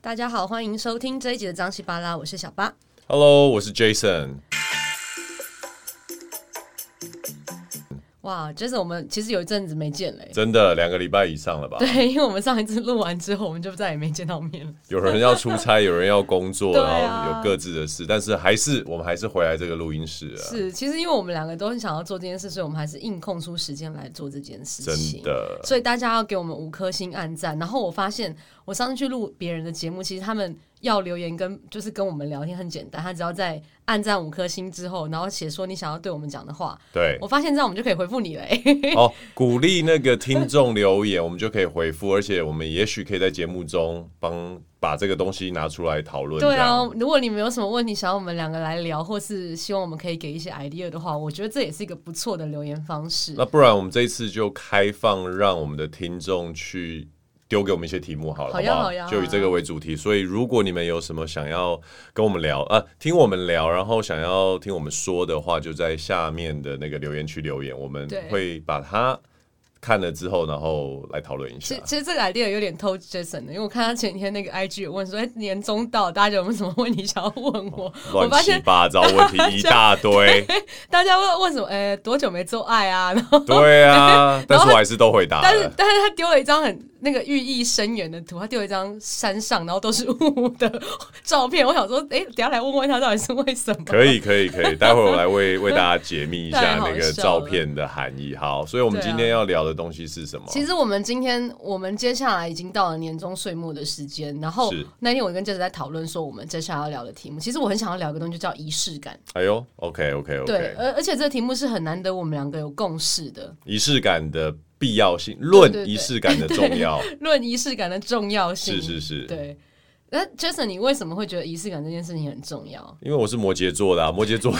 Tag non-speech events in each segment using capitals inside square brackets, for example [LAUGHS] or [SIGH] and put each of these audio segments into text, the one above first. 大家好，欢迎收听这一集的张西巴拉，我是小八。 Hello，我是 Jason。哇，就是我们其实有一阵子没见嘞、真的两个礼拜以上了吧？对，因为我们上一次录完之后，我们就再也没见到面了。有人要出 [LAUGHS] 差，有人要工作，对啊然后有各自的事，但是还是我们还是回来这个录音室了。是，其实因为我们两个都很想要做这件事，所以我们还是硬空出时间来做这件事情。真的所以大家要给我们五颗星按赞。然后我发现，我上次去录别人的节目，其实他们要留言跟就是跟我们聊天很简单，他只要在按赞五颗星之后，然后写说你想要对我们讲的话，对我发现这样我们就可以回复你了、欸。哦，鼓励那个听众留言，我们就可以回复，而且我们也许可以在节目中帮把这个东西拿出来讨论。对这样啊，如果你们有什么问题想要我们两个来聊，或是希望我们可以给一些 idea 的话，我觉得这也是一个不错的留言方式那。不然我们这一次就开放，让我们的听众去丢给我们一些题目好好了，好不呀好？好呀就以这个为主题。所以如果你们有什么想要跟我们聊啊，听我们聊，然后想要听我们说的话，就在下面的那个留言区留言，我们对会把它看了之后，然后来讨论一下其。其实这个 idea 有点偷 Jason 的，因为我看他前几天那个 IG 有问说，哎、年终到，大家有没有什么问题想要问 [LAUGHS] 我？我哦乱发七现八糟问题一大 [LAUGHS] 堆，大家问问什么，哎、多久没做爱啊？ [LAUGHS] 然后，对啊，但是我还是都回答但是了。但是他丢了一张很那个寓意深远的图，他丢了一张山上，然后都是雾的照片。我想说，哎、等一下来问问他到底是为什么？可以，可以，可 [LAUGHS] 以，待会儿我来为为大家解密一太下好那个笑照了片的含义。好，所以我们对啊今天要聊的东西是什么？其实我们今天，我们接下来已经到了年终岁末的时间，然后是那天我跟 j e 在讨论说我们接下来要聊的题目，其实我很想要聊一个东西，就叫仪式感。哎呦，OK OK 对，呃 OK，而而且这个题目是很难得我们两个有共识 [LAUGHS] 的，仪式感的必要性，对论对仪式感的重 [LAUGHS] 要，论仪式感的重要性。是是是。对。那 Jason，你为什么会觉得仪式感这件事情很重要？因为我是摩羯座的、啊，摩羯座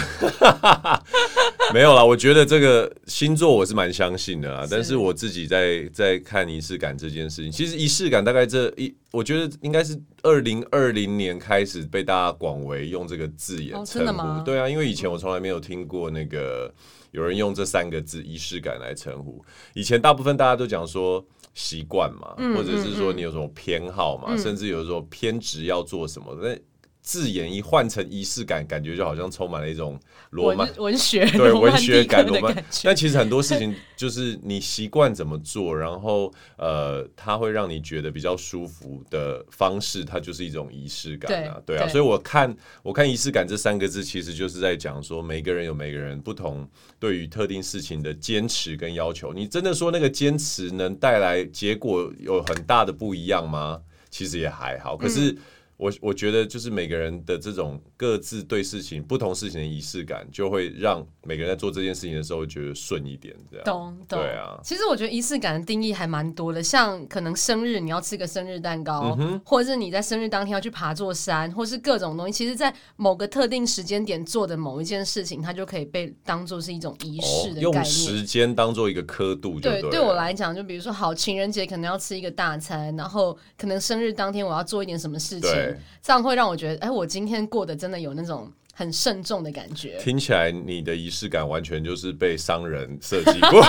[LAUGHS] 没有啦。我觉得这个星座我是蛮相信的啦，但是我自己在在看仪式感这件事情，其实仪式感大概这一，我觉得应该是二零二零年开始被大家广为用这个字眼哦真称的呼。吗对啊，因为以前我从来没有听过那个有人用这三个字仪式感来称呼。以前大部分大家都讲说习惯嘛，嗯或者是说你有什么偏好嘛，甚至有时候偏执要做什么，那字眼一换成仪式感，感觉就好像充满了一种罗文曼。文学对 [LAUGHS] 罗曼文学蒂克感、的罗曼感，觉，但其实很多事情就是你习惯怎么做，然后呃，它会让你觉得比较舒服的方式，它就是一种仪式感啊，对对啊。对所以我看我看仪式感这三个字，其实就是在讲说每个人有每个人不同对于特定事情的坚持跟要求。你真的说那个坚持能带来结果有很大的不一样吗？其实也还嗯好，可是。我我觉得就是每个人的这种各自对事情不同事情的仪式感，就会让每个人在做这件事情的时候觉得顺一点，这样。懂懂。对啊，其实我觉得仪式感的定义还蛮多的，像可能生日你要吃个生日蛋嗯糕，或者是你在生日当天要去爬座山，或是各种东西。其实，在某个特定时间点做的某一件事情，它就可以被当做是一种仪哦式的概用念。时间当做一个刻度就对，对对我了来讲，就比如说，好，情人节可能要吃一个大餐，然后可能生日当天我要做一点什么事情对，这样会让我觉得，哎，我今天过得真的有那种很慎重的感觉。 [LAUGHS] 听起来你的仪式感完全就是被商人设计过。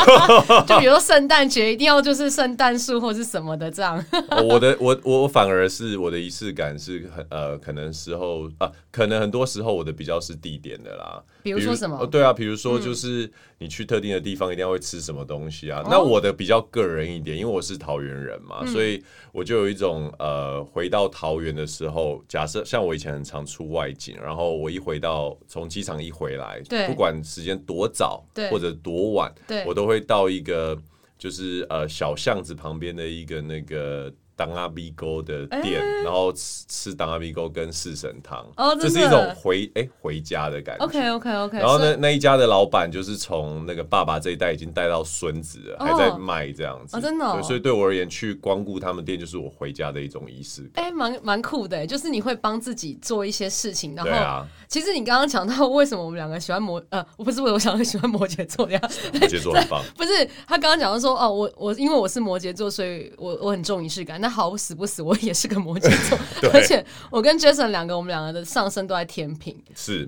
就比如说圣诞节一定要就是圣诞树或是什么的这样。哦 [LAUGHS] 我的我我我反而是我的仪式感是很呃，可能时候啊，可能很多时候我的比较是地点的啦。比如说什么嗯哦对啊，比如说就是你去特定的地方一定要会吃什么东西哦啊。那我的比较个人一点，因为我是桃园人嗯嘛，所以我就有一种呃，回到桃园的时候，假设像我以前很常出外景，然后我一回到从机场一回来，对不管时间多早对或者多晚，对我都会到一个就是呃小巷子旁边的一个那个。当阿鼻沟的哎店，然后吃吃当阿鼻沟跟四神汤，哦这真是一的种回哎、回家的感觉。 OK OK OK，然后呢，那一家的老板就是从那个爸爸这一代已经带到孙子了，哦还在卖这样子。哦真的哦对所以对我而言，去光顾他们店就是我回家的一种仪式感。哎，蛮蛮酷的，就是你会帮自己做一些事情，然后、对啊，其实你刚刚讲到为什么我们两个喜欢摩呃，不是我想喜欢摩羯座呀，摩羯座很棒。 [LAUGHS] 不是他刚刚讲到说哦，我我因为我是摩羯座，所以我我很重仪式感。那好死不死，我也是个摩羯座 [LAUGHS] 对， [LAUGHS] 而且我跟 Jason 两个，我们两个的上升都在天平，是，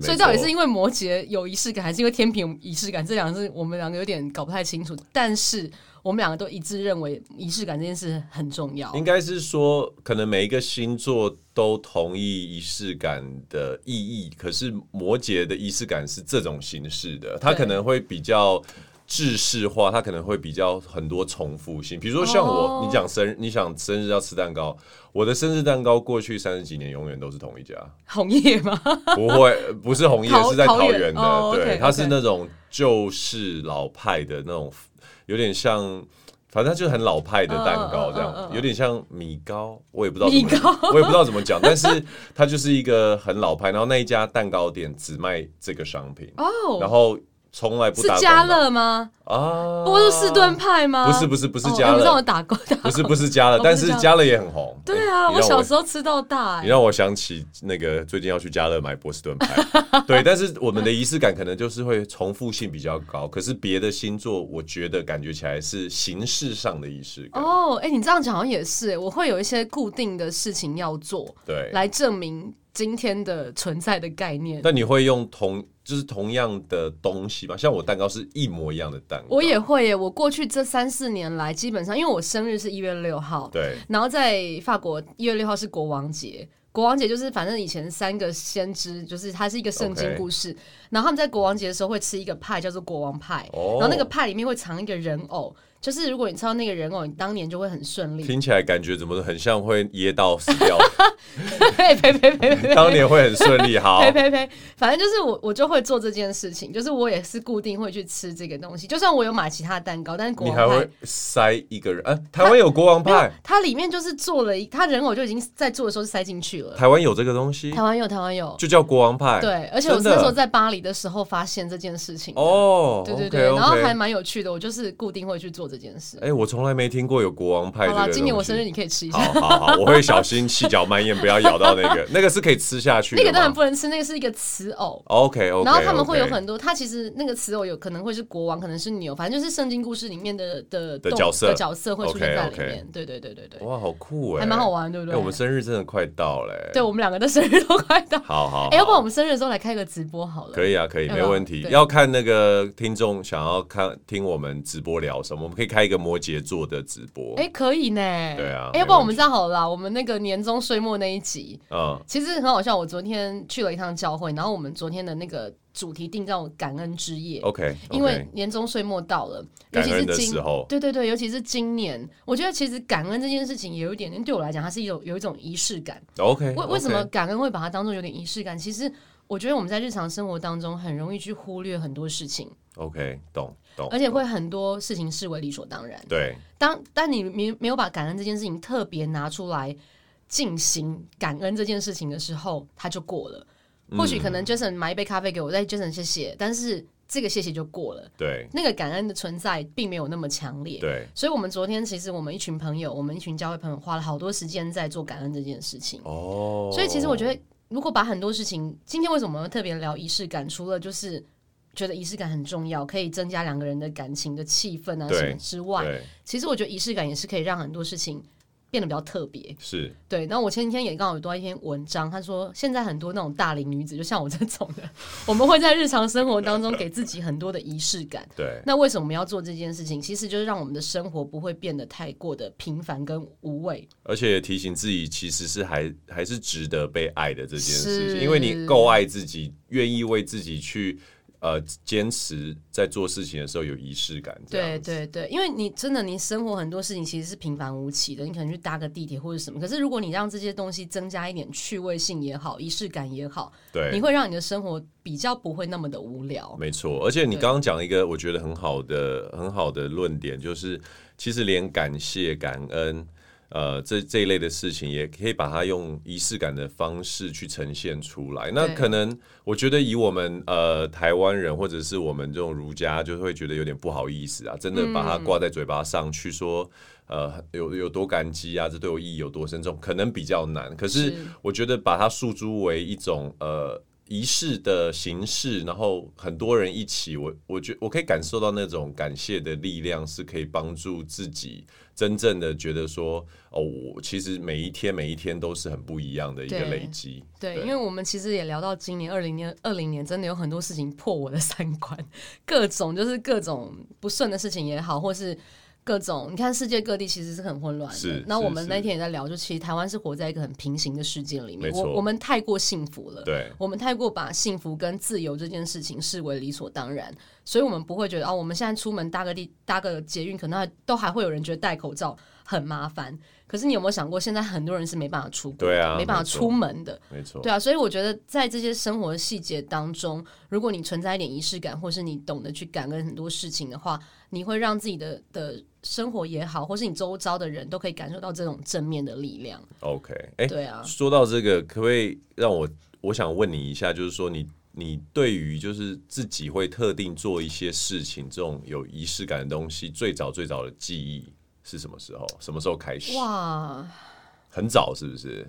[LAUGHS] 所以没错到底是因为摩羯有仪式感，还是因为天平有仪式感？这两个是我们两个有点搞不太清楚。但是我们两个都一致认为仪式感这件事很重要。应该是说，可能每一个星座都同意仪式感的意义，可是摩羯的仪式感是这种形式的，它对可能会比较。制式化，它可能会比较很多重复性，比如说像我哦你讲生日，你想生日要吃蛋糕，我的生日蛋糕过去三十几年永远都是同一家，红叶吗？不会，不是红叶，桃是在桃桃园园的。哦对 OK，OK 它是那种旧式老派的那种，有点像，反正它就是很老派的蛋嗯糕，嗯嗯这样、嗯嗯有点像米糕，我也不知道怎米么讲，我也不知道怎么讲，但是它就是一个很老派。然后那一家蛋糕店只卖这个商品，然哦，后从来不是打家广告乐吗？哦啊，波士士顿派吗？不是不是不是哦家哎我知道乐我，打过打不过。是不是家乐，哦不是但是家乐家乐也很红。 [LAUGHS] 对哎啊，你我让小时候吃到大、你哎，让我想起那个最近要去家乐买波士顿派，对，但是我们的仪式感可能就是会重复性比较高，可是别的星座我觉得感觉起来是形式上的仪式感，哦，哎、你这样讲好像也是、哎我会有一些固定的事情要做，对。来证明今天的存在的概念。但你会用同就是同样的东西吗？像我蛋糕是一模一样的蛋糕，我也会耶，我过去这三四年来，基本上因为我生日是一月六号，对然后在法国一月六号是国王节，国王节就是反正以前三个先知，就是它是一个圣经 OK 故事然后他们在国王节的时候会吃一个派叫做国王派哦然后那个派里面会藏一个人偶，就是如果你吃到那个人偶，你当年就会很顺利。听起来感觉怎么很像会噎到死掉， [LAUGHS] [LAUGHS] 呸呸呸呸呸当年会很顺利，好 [LAUGHS] 呸呸呸！反正就是我，我就会做这件事情，就是我也是固定会去吃这个东西。就算我有买其他蛋糕，但是国你王还派会塞一个人啊？台湾有国王没有派，，它里面就是做了一，它人偶就已经在做的时候是塞进去了。台湾有这个东西台，湾有，台湾有，就叫国王派，对，而且我真那的时候在巴黎的时候发现这件事情。哦，对对 OK，对然后 OK 还蛮有趣的，我就是固定会去做这件事。哎、我从来没听过有国王好派这个啦，东西今年我生日你可以吃一好下。好好，我会小心细嚼慢咽，不要咬到那个， [LAUGHS] 那个是可以吃下去的那吗。个当然不能吃，那个是一个瓷偶。 OK OK，然后他们会有 OK 很多，它其实那个瓷偶有可能会是国王，可能是牛，反正就是圣经故事里面的的的动角色的角色会出现在里 OK，OK 面。对对对对对，哇，好酷哎、还蛮好玩，对不哎、对？我们生日真的快到了、欸。对，我们两个的生日都快到。 [LAUGHS] 好好好哎，要不然我们生日的时候来开个直播好了。可以啊，可以，要没不要问题。对要看那个听众想要看听我们直播聊什么，我们可以开一个摩羯座的直播。哎、可以呢。对啊哎、要不然我没问题们这样好了啦，我们那个年终岁末那一集，嗯，其实很好笑。我昨天去了一趟教会，然后我们昨天的那个主题定叫感恩之夜。哦 OK，因为年终岁末到了，尤感其是恩的今时候对对对，尤其是今年，我觉得其实感恩这件事情也有一点点对我来讲，它是有有一种仪式感。 OK，为为什么感恩会把它当做有点仪式感？其实我觉得我们在日常生活当中很容易去忽略很多事情， ？OK，懂懂。而且会很多事情视为理所当然。对，当但你没没有把感恩这件事情特别拿出来进行感恩这件事情的时候，它就过了。或许可能嗯 Jason 买一杯咖啡给我，再 Jason 谢谢，但是这个谢谢就过了，对那个感恩的存在并没有那么强烈。对。所以，我们昨天其实我们一群朋友，我们一群教会朋友，花了好多时间在做感恩这件事情。哦，所以，其实我觉得，如果把很多事情，今天为什么要特别聊仪式感？除了就是觉得仪式感很重要，可以增加两个人的感情的气氛啊对什么之外，对其实我觉得仪式感也是可以让很多事情变得比较特别。是对，然后我前几天也刚好有读到一篇文章，他说现在很多那种大龄女子，就像我这种的， [LAUGHS] 我们会在日常生活当中给自己很多的仪式感。对那为什么我们要做这件事情？其实就是让我们的生活不会变得太过的平凡跟无味。而且也提醒自己，其实是还还是值得被爱的这件事情，是因为你够爱自己，愿意为自己去呃坚持在做事情的时候有仪式感。这对样子，对对，因为你真的你生活很多事情其实是平凡无奇的，你可能去搭个地铁或者什么。可是如果你让这些东西增加一点趣味性也好，仪式感也好，对你会让你的生活比较不会那么的无聊。没错。而且你刚刚讲一个我觉得很好的很好的论点，就是其实连感谢、感恩。呃，这这一类的事情也可以把它用仪式感的方式去呈现出来。那对可能我觉得以我们呃台湾人或者是我们这种儒家，就会觉得有点不好意思啊，真的把嗯它挂在嘴巴上去说，呃，有有多感激啊，这对我意义有多深重，可能比较难。可是是我觉得把它诉诸为一种呃。仪式的形式，然后很多人一起，我我觉我可以感受到那种感谢的力量，是可以帮助自己真正的觉得说，哦，我其实每一天每一天都是很不一样的一个对累积。对，因为我们其实也聊到今年二零年二零年，真的有很多 [LAUGHS] 事情破我的三观，各种就是各种不顺的事情也好，或是各种，你看世界各地其实是很混乱的是。那是我们是那天也在聊，就其实台湾是活在一个很平行的世界里面没，错我我们太过幸福了。对，我们太过把幸福跟自由这件事情视为理所当然，所以我们不会觉得哦，我们现在出门搭个地搭个捷运，可能还都还会有人觉得戴口罩很麻烦。可是你有没有想过，现在很多人是没办法出国，对啊没办法没错出门的。没错，对啊，所以我觉得在这些生活细节当中，如果你存在一点仪式感，或是你懂得去感恩很多事情的话，你会让自己的的生活也好，或是你周遭的人都可以感受到这种正面的力量。 OK，哎、对啊，说到这个，可不可以让我我想问你一下，就是说你你对于就是自己会特定做一些事情这种有仪式感的东西，最早最早的记忆是什么时候？什么时候开始？哇！嗯很早是不是？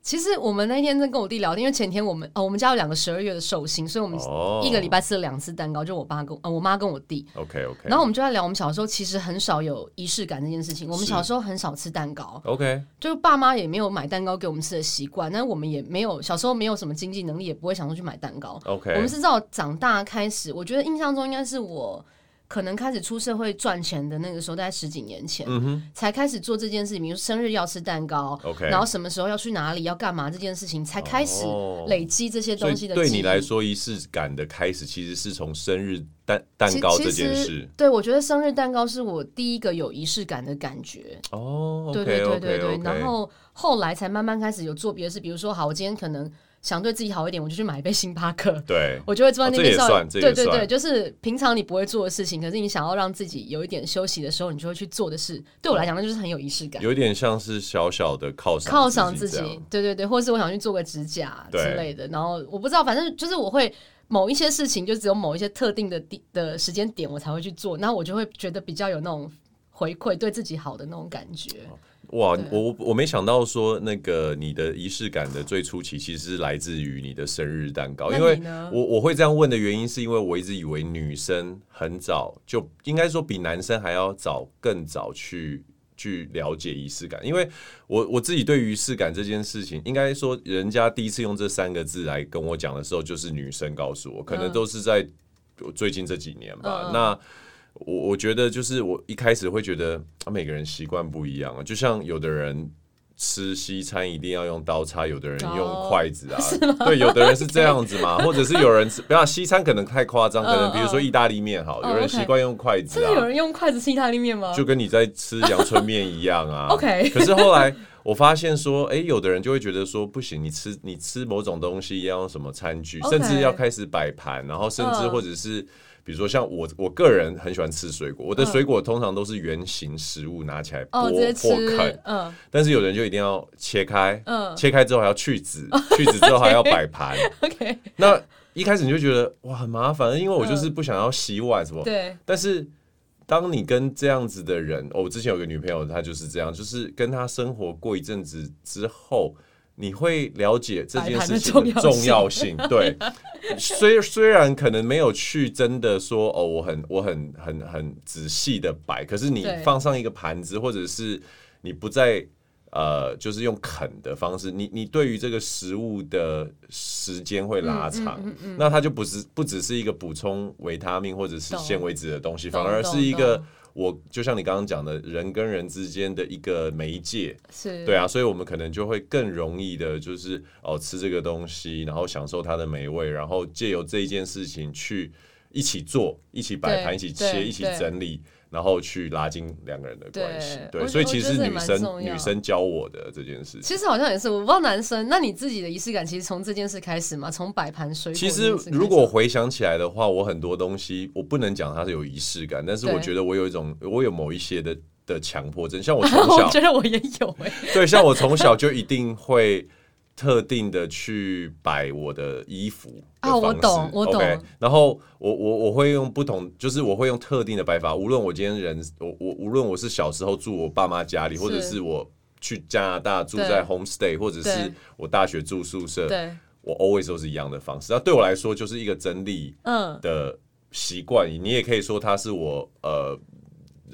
其实我们那天在跟我弟聊天，因为前天我们哦，我们家有两个十二月的寿星，所以我们哦，一个礼拜吃了两次蛋糕，就我爸跟我呃我妈跟我弟。 OK OK，然后我们就在聊，我们小时候其实很少有仪式感这件事情。我们是小时候很少吃蛋糕， OK 就爸妈也没有买蛋糕给我们吃的习惯，但我们也没有小时候没有什么经济能力，也不会想说去买蛋糕。 OK，我们是到长大开始，我觉得印象中应该是我可能开始出社会赚钱的那个时候，大概十几年前、嗯哼才开始做这件事情，比如生日要吃蛋糕，哦 OK，然后什么时候要去哪里要干嘛这件事情，才开始哦累积这些所东西以的对记你忆来，说，仪式感的开始其实是从生日蛋蛋其糕其这件实事。对我觉得生日蛋糕是我第一个有仪式感的感觉。哦，OK，对对对对 OK，OK 对，然后后来才慢慢开始有做别的事，比如说，好，我今天可能想对自己好一点，我就去买一杯星巴克，对我就会坐在哦那这边也稍微、算这也对对算对，就是平常你不会做的事情，可是你想要让自己有一点休息的时候，你就会去做的事，对我来讲，那就是很有仪式感。有点像是小小的犒赏犒赏自自己这己样，，对对对，或是我想去做个指甲之对类的，然后我不知道，反正就是我会某一些事情，就只有某一些特定的地的时间点我才会去做，那我就会觉得比较有那种回馈对自己好的那种感觉。哇对，我我我没想到说那个你的仪式感的最初期其实是来自于你的生日蛋糕，那因为你呢我我会这样问的原因是因为我一直以为女生很早就应该说比男生还要早更早去去了解仪式感，因为我我自己对于仪式感这件事情，应该说人家第一次用这三个字来跟我讲的时候，就是女生告诉我，可能嗯都是在最近这几年吧。嗯嗯那我我觉得就是我一开始会觉得，啊，每个人习惯不一样啊，就像有的人。吃西餐一定要用刀叉，有的人哦用 [LAUGHS] 筷子啊，对，有的人是这样子嘛，或者是有人吃，不要西餐可能太夸张，可能嗯比如说嗯意大利面好，哦有人 OK 习惯用筷子真啊的，有人用筷子吃意大利面吗？就跟你在吃阳春面一样啊。 [LAUGHS] OK 可是后来我发现说，哎、有的人就会觉得说，不行，你吃你吃某种东西要用什么餐具 OK 甚至要开始摆盘，然后甚至嗯或者是。比如说，像我我个人很喜欢吃水果，我的嗯水果通常都是圆形食物拿起来剥、哦，直接或吃啃，，嗯但是有人就一定要切开，嗯切开之后还要 [LAUGHS] 去籽，去籽之后还要摆盘。 [LAUGHS] ，OK，那一开始你就觉得哇很麻烦，因为我就是不想要洗碗什么，对，但是当你跟这样子的人，哦我之前有个女朋友，她就是这样，就是跟她生活过一阵子之后，你会了解这件事情的重要性。 [LAUGHS] 对，虽虽然可能没有去真的说哦，我很我很很很仔细的摆，可是你对放上一个盘子，或者是你不再。呃，就是用啃的方式，你你对于这个食物的时间会拉嗯长，那它就不是不只是一个补充维他命或者是懂纤维质的东西，懂反而懂是一个懂我就像你刚刚讲的，人跟人之间的一个媒介，是，对啊，所以我们可能就会更容易的，就是哦吃这个东西，然后享受它的美味，然后借由这一件事情去一起做、一起摆盘、对一起切、对一起对整理，然后去拉近两个人的关系。对对，我所以觉其得实这也女蛮生重要女生教我的这件事情。其实好像也是，我不知道男生。那你自己的仪式感，其实从这件事开始嘛，从摆盘水果这其件实事开始吗。如果回想起来的话，我很多东西我不能讲它是有仪式感，但是我对觉得我有一种我有某一些的的强迫症，像 [LAUGHS] 我从我小觉得我也有 [LAUGHS] 哎、对，像我从小就一定会特定的去摆我的衣服的啊我方式懂我 OK，懂然后我我我会用不同，就是我会用特定的摆法，无论我今天人，我我无论我是小时候住我爸妈家里，或者是是我去加拿大住对在 homestay，或者对是我大学住宿舍，对，我 always 都是一样的方式。那对我来说，就是一个整理嗯，的习惯，你也可以说它是我呃。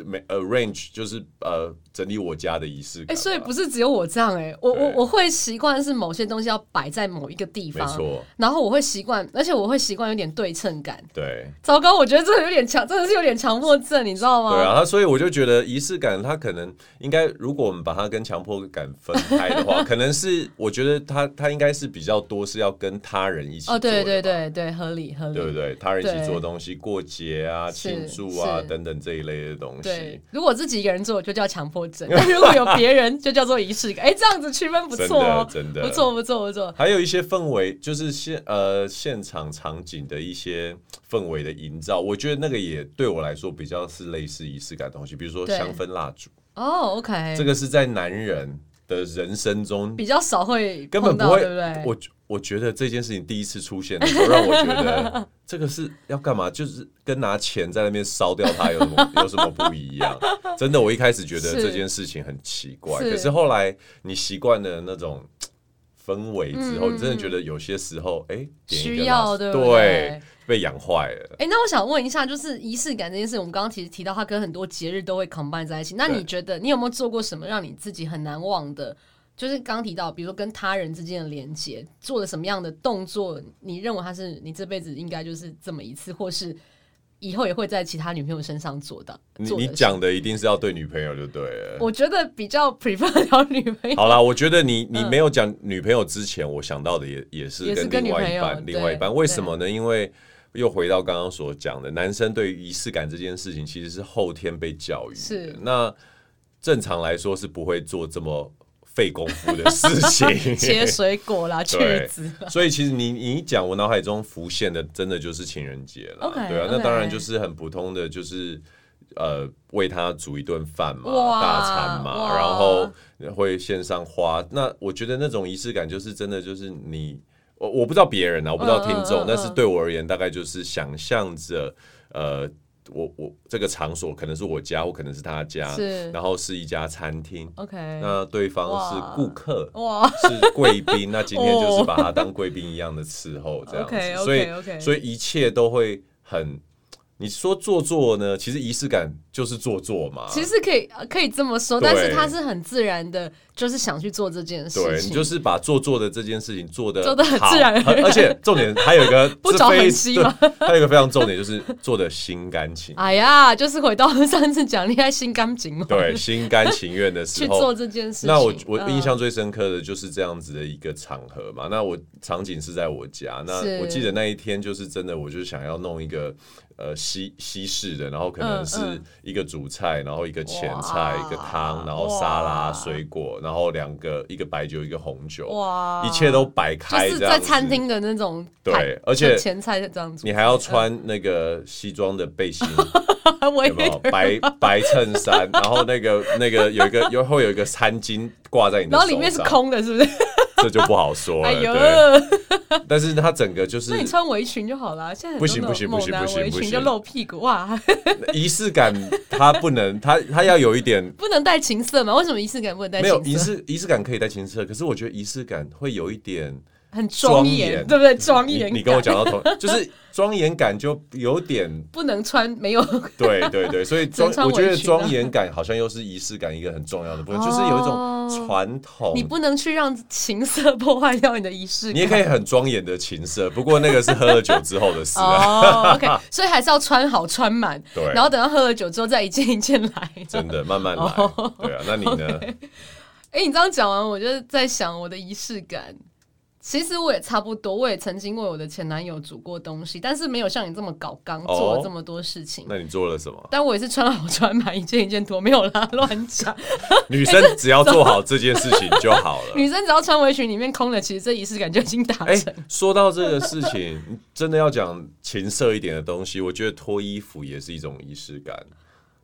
每 arrange 就是呃整理我家的仪式哎、感吧。所以不是只有我这样哎、我我啊对我会习惯是某些东西要摆在某一个地没方，错，然后我会习惯，而且我会习惯有点对称感。对。糟糕，我觉得这有点强，真的是有点强迫症，你知道吗？对啊，他所以我就觉得仪式感，它可能应该，如果我们把它跟强迫感分开 [LAUGHS] 的话，可能是我觉得它它应该是比较多是要跟他人一起哦，对做的对对对，合理合理。啊对不对？他人一起对做东西，过节啊、是庆祝啊是等等这一类的东对西，，如果自己一个人做就叫强迫症， [LAUGHS] 但如果有别人就叫做仪式感。哎，这样子区分不真错的哦，真的不。错不错不错。还有一些氛围，就是现呃现场场景的一些氛围的营造，我觉得那个也对我来说比较是类似仪式感的东西，比如说对香氛蜡烛，哦，OK，这个是在男人的人生中比较少会根本碰到会，对不对？我我觉得这件事情第一次出现的时候，让我 [LAUGHS] 觉得这个是要干嘛？就是跟拿钱在那边烧掉它有什么 [LAUGHS] 有什么不一样？真的，我一开始觉得是这件事情很奇怪，是可是后来你习惯了那种。氛围之嗯后，嗯你真的觉得有些时候，哎、点一个需要蜡烛对对不对被养坏了。哎、那我想问一下，就是仪式感这件事，我们刚刚其实提到，它跟很多节日都会 combine 在一起。那对你觉得，你有没有做过什么让你自己很难忘的？就是刚提到，比如说跟他人之间的连接，做了什么样的动作，你认为他是你这辈子应该就是这么一次，或是以后也会在其他女朋友身上做到？你做的你事讲的一定是要对女朋友就对了。我觉得比较 prefer [LAUGHS] 聊女朋友。好啦，我觉得你你嗯没有讲女朋友之前，我想到的也也是也是跟跟另外女朋一友半，另外一半对为什么呢？因为又回到刚刚所讲的，男生对于仪式感这件事情其实是后天被教育的，是那正常来说是不会做这么费功夫的事切 [LAUGHS] 情。水果啦，去对籽 [LAUGHS] 啦，所以其实你你一讲，我脑海中浮现的真的就是情人节了 OK，对啊，那 OK 当然就是很普通的，就是呃为他煮一顿饭嘛，哇大餐嘛，哇然后会献上花。那我觉得那种仪式感就是真的就是你，我我不知道别人啊，我不知道听嗯众，嗯嗯但是对我而言，大概就是想象着呃。我我这个场所可能是我家，我可能是他家是，然后是一家餐厅， OK，那对方是哇顾客，哇，是贵宾，那今天就是把他当贵宾一样的伺候这样哦 OK，OK，OK 子，所以所以一切都会很，你说做作呢，其实仪式感就是做作嘛，其实可以呃可以这么说，对但是他是很自然的，就是想去做这件事对情，你就是把做作的这件事情做的做得很自然而然而且重点还有一个 [LAUGHS] 不是着痕非迹对嘛还有一个非常重点就是做的心 [LAUGHS] 甘情，哎呀，就是回到上次讲恋爱心甘情愿，对，心甘情愿的时 [LAUGHS] 去候做这件事情。那我我嗯印象最深刻的就是这样子的一个场合嘛。那我场景是在我家，是那我记得那一天就是真的，我就想要弄一个呃西西式的，然后可嗯能是嗯一个主菜，然后一个前哇菜，一个汤，然后哇沙拉、水果，然后两个一个白酒，一个红酒，哇一切都摆开，就是这样在子餐厅嗯的那种对盘而且就前菜这样子，你还要穿那个西装的背心， [LAUGHS] 我也有没有白白衬衫？然后那个那个有一个有会有一个餐巾挂在你的然手后上，里面是空的，是不是？这就不好说了。哎对呦，但是它整个就是那你穿围裙就好了。现在很多不行那种不行不猛行男不行围不裙行就露屁股，哇， [LAUGHS] 仪式感，它不能，它它要有一点不能带情色嘛？为什么仪式感不能带没有情仪色？式仪式感可以带情色，可是我觉得仪式感会有一点，很庄庄严，严对不对？庄你严，你跟我讲到同，就是庄严感就有点。不能穿没有 [LAUGHS] 对对对，所以只能庄穿我觉围得裙啊庄严感好像又是仪式感一个很重要的部分，就是有一哦种传统。你不能去让情色破坏掉你的仪式感。你也可以很庄严的情色，不过那个是喝了酒之后的事啊，哦，OK，所 [LAUGHS] 以还是要穿好穿满，对然后等到喝了酒之后再一件一件来。 [LAUGHS] 真的慢慢来。哦对啊，那你呢？哎、你这样讲完，我就在想我的仪式感。其实我也差不多，我也曾经为我的前男友煮过东西，但是没有像你这么搞刚，哦做了这么多事情。那你做了什么？但我也是穿好穿满，一件一件脱，没有啦，乱 [LAUGHS] 讲。女生只要做好这件事情就好 [LAUGHS] 了。女生只要穿围裙里面空了，其实这仪式感就已经达哎、成。说到这个事情，真的要讲情色一点的东西，我觉得脱衣服也是一种仪式感。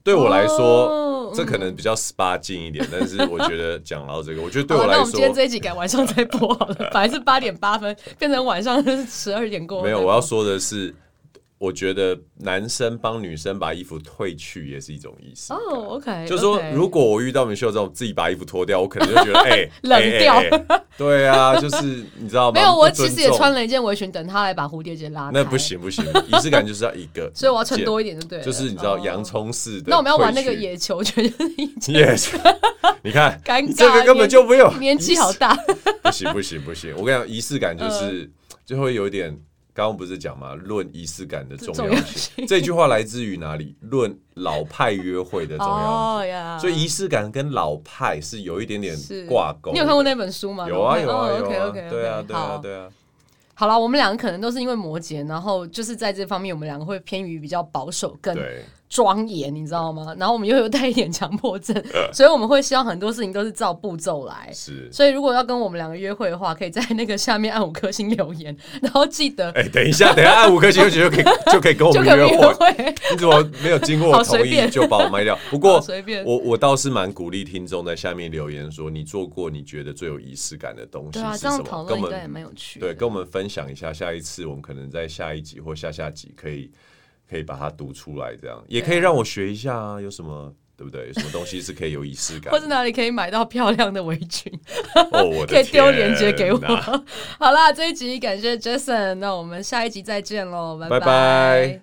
对我来说，哦这可能比较 SPA 近一点，但是我觉得 [LAUGHS] 讲到这个，我觉得对好我了那我来们今天这说，一集改晚上再 [LAUGHS] 播好了，本来是八点八分，变成晚上十二点过。没有，我要说的是，我觉得男生帮女生把衣服褪去也是一种仪式哦感。 ，OK，就是说， OK 如果我遇到米秀这种自己把衣服脱掉，我可能就 [LAUGHS] 觉得哎、哎冷哎掉哎对啊，就是你知道 [LAUGHS] 没吗？有，我不尊其实也重穿了一件围裙，等他来把蝴蝶结拉开。，那不，行不行，仪式感就是要一个 [LAUGHS] 所以我要穿很多一点就对了。就是你知道哦洋。葱式的。那我们要玩那个 [LAUGHS] 野球，觉得你 yes，你 [LAUGHS] [LAUGHS] 看尴你尬，这个根本就没有 [LAUGHS] 年年纪好大。嗯不行不行不行，我跟你讲，仪式感就是就会有一点，刚刚不是讲嘛，论仪式感的重重要要性。性这句话来自于哪里？论老派约会 [LAUGHS] 的重要性。呀所以仪式感跟老派是有一点点是挂钩。你有看过？那本书吗？哦有啊有啊有 OK 啊， OK，对啊对啊对啊。好了，我们两个可能都是因为摩羯，然后就是在这方面，我们两个会偏于比较保守跟对，庄严，你知道吗？然后我们又有带一点强迫 [LAUGHS] 症，所以我们会希望很多事情都是照步骤来。是。所以如果要跟我们两个约会的话，可以在那个下面按五颗星留言，然后记得哎，等一下，等一下，按五颗星就可以就可以跟我就们可约以会约。会，你怎么没有经过我好随同意便就把我卖掉？不过好随便我我倒是蛮鼓励听众在下面留言说，你做过你觉得最有仪式感的东西对啊，是这什样么？讨跟论我应该也们蛮有趣的。对，跟我们分享一下。下一次我们可能在下一集或下下集可以可以把它读出来，这样也可以让我学一下啊，有什么？对不对？有什么东西是可以有仪式 [LAUGHS] 感或的？是哪里可以买到漂亮的围裙，哦，我的可以丢链接天给我哪。 [LAUGHS] 好啦，这一集感谢 Jason，那我们下一集再见喽，拜拜拜